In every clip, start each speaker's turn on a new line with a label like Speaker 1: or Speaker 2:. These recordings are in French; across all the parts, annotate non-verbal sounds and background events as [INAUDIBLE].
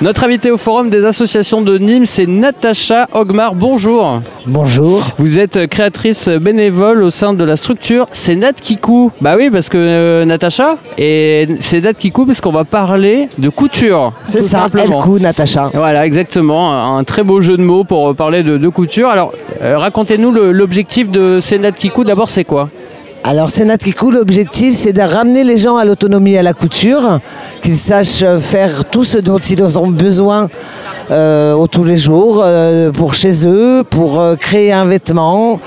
Speaker 1: Notre invité au Forum des associations de Nîmes, c'est Natacha Ogmar. Bonjour.
Speaker 2: Bonjour.
Speaker 1: Vous êtes créatrice bénévole au sein de la structure C'est Nat Kikou. Bah oui, parce que euh, Natacha, et c'est Nat Kikou parce qu'on va parler de couture.
Speaker 2: C'est
Speaker 1: tout
Speaker 2: ça, elle
Speaker 1: simplement.
Speaker 2: coup, Natacha.
Speaker 1: Voilà, exactement. Un très beau jeu de mots pour euh, parler de, de couture. Alors, euh, racontez-nous le- l'objectif de C'est Nat Kikou. D'abord, c'est quoi
Speaker 2: Alors, c'est Nat Kikou, l'objectif, c'est de ramener les gens à l'autonomie et à la couture, qu'ils sachent euh, faire tout ce dont ils ont besoin euh, au tous les jours, euh, pour chez eux, pour euh, créer un vêtement.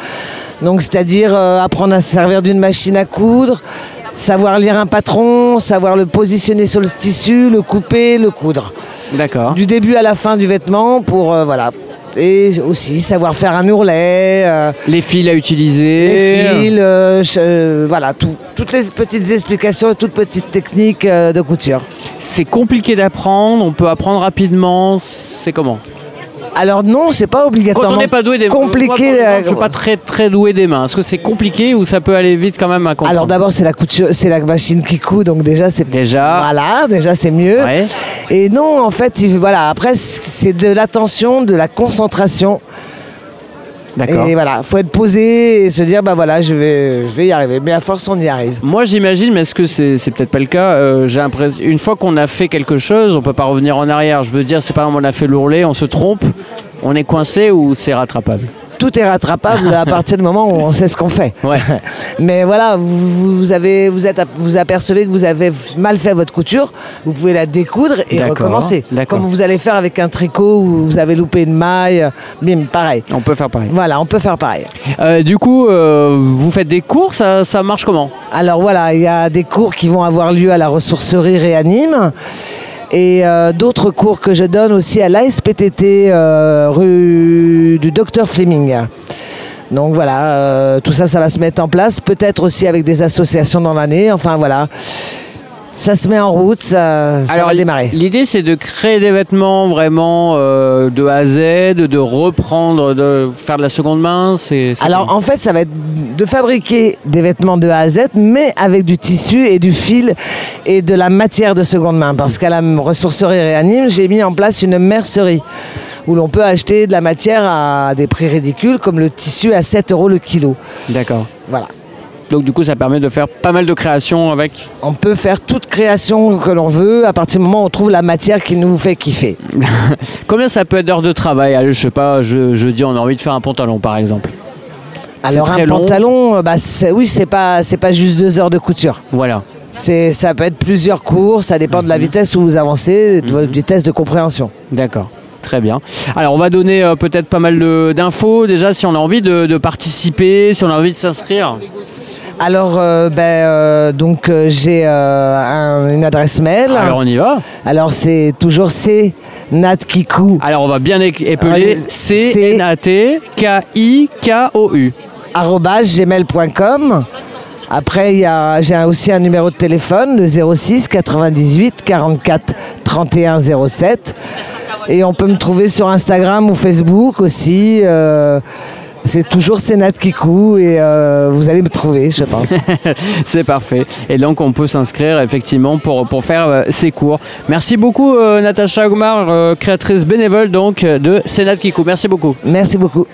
Speaker 2: Donc, c'est-à-dire euh, apprendre à se servir d'une machine à coudre, savoir lire un patron, savoir le positionner sur le tissu, le couper, le coudre.
Speaker 1: D'accord.
Speaker 2: du début à la fin du vêtement pour euh, voilà et aussi savoir faire un ourlet, euh,
Speaker 1: Les fils à utiliser.
Speaker 2: les fils, euh, ch- euh, voilà tout, toutes les petites explications, toutes petites techniques euh, de couture.
Speaker 1: C'est compliqué d'apprendre. On peut apprendre rapidement. C'est comment
Speaker 2: Alors non, c'est pas
Speaker 1: Quand
Speaker 2: obligatoirement
Speaker 1: on n'est pas doué des Moi, par
Speaker 2: compliqué.
Speaker 1: exemple,
Speaker 2: euh,
Speaker 1: je suis pas très très doué des mains. Est-ce que c'est compliqué ou ça peut aller vite quand même à comprendre
Speaker 2: alors d'abord c'est la couture, c'est la machine qui coud, donc déjà c'est
Speaker 1: Déjà.
Speaker 2: voilà, déjà c'est mieux.
Speaker 1: Ouais.
Speaker 2: Et non, en fait, il- voilà, après c'est de l'attention, de la concentration.
Speaker 1: D'accord.
Speaker 2: Et voilà, faut être posé et se dire bah voilà, je vais, je vais y arriver. Mais à force, on y arrive.
Speaker 1: Moi j'imagine, mais est-ce que c'est c'est peut-être pas le cas euh, J'ai l'impression- une fois qu'on a fait quelque chose, on peut pas revenir en arrière. Je veux dire, c'est pas on a fait l'ourlet, on se trompe, on est coincé ou c'est rattrapable
Speaker 2: tout est
Speaker 1: [LAUGHS]
Speaker 2: rattrapable à partir du moment où on sait ce qu'on fait. [LAUGHS]
Speaker 1: Ouais.
Speaker 2: Mais voilà, vous, vous avez, vous, êtes, vous apercevez que vous avez mal fait votre couture, vous pouvez la découdre et
Speaker 1: D'accord,
Speaker 2: recommencer.
Speaker 1: d'accord.
Speaker 2: Comme vous allez faire avec un tricot où vous avez loupé une maille, bim, pareil.
Speaker 1: On peut faire pareil.
Speaker 2: Voilà, on peut faire pareil.
Speaker 1: Euh, du coup, euh, vous faites des cours, ça, ça marche comment
Speaker 2: Alors voilà, il y a des cours qui vont avoir lieu à la ressourcerie Réanime. Et euh, d'autres cours que je donne aussi à l'ASPTT euh, rue du Docteur Fleming. Donc voilà, euh, tout ça, ça va se mettre en place, peut-être aussi avec des associations dans l'année. Enfin voilà, ça se met en route, ça, ça va démarrer.
Speaker 1: L'idée, c'est de créer des vêtements vraiment euh, de A à Z, de reprendre, de faire de la seconde main. C'est c'est
Speaker 2: Alors en fait, ça va être de fabriquer des vêtements de A à Z, mais avec du tissu et du fil et de la matière de seconde main. Parce qu'à la ressourcerie Réanime, j'ai mis en place une mercerie où l'on peut acheter de la matière à des prix ridicules, comme le tissu à 7 euros le kilo.
Speaker 1: D'accord.
Speaker 2: Voilà.
Speaker 1: Donc du coup, ça permet de faire pas mal de créations avec.
Speaker 2: On peut faire toute création que l'on veut à partir du moment où on trouve la matière qui nous fait kiffer.
Speaker 1: Combien ça peut être d'heures de travail Allez, je sais pas, je, jeudi, on a envie de faire un pantalon, par exemple.
Speaker 2: Alors
Speaker 1: très
Speaker 2: un
Speaker 1: long.
Speaker 2: pantalon, euh, bah, c'est- oui, c'est pas, c'est pas juste deux heures de couture.
Speaker 1: Voilà.
Speaker 2: C'est, ça peut être plusieurs cours, ça dépend de la vitesse où vous avancez, de votre vitesse de compréhension.
Speaker 1: D'accord. Très bien. Alors, on va donner euh, peut-être pas mal de- d'infos déjà si on a envie de, de participer, si on a envie de s'inscrire.
Speaker 2: Alors, euh, ben, euh, donc euh, j'ai euh, un- une adresse mail.
Speaker 1: Alors,
Speaker 2: Alors,
Speaker 1: on y va.
Speaker 2: c'est toujours C Nat Kikou
Speaker 1: Alors, on va bien é- épeler
Speaker 2: Allez, c'est-
Speaker 1: C-N-A-T-K-I-K-O-U.
Speaker 2: arobase gmail.com. Après, il y a, j'ai un- aussi un numéro de téléphone, le 06 98 44 31 07. Et on peut me trouver sur Instagram ou Facebook aussi. euh, c'est toujours C'est Nat Kikou et euh, vous allez me trouver, je pense.
Speaker 1: [LAUGHS] C'est parfait. Et donc, on peut s'inscrire effectivement pour, pour faire euh, ces cours. Merci beaucoup, euh, Natacha Ogmar, euh, créatrice bénévole donc euh, de Sénat Kikou. Merci beaucoup.
Speaker 2: Merci beaucoup.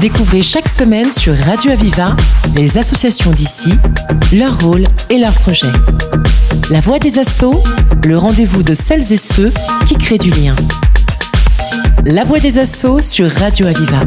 Speaker 3: Découvrez chaque semaine sur Radio Aviva les associations d'ici, leur rôle et leurs projets. La voix des assauts, le rendez-vous de celles et ceux qui créent du lien. La voix des assauts sur Radio Aviva.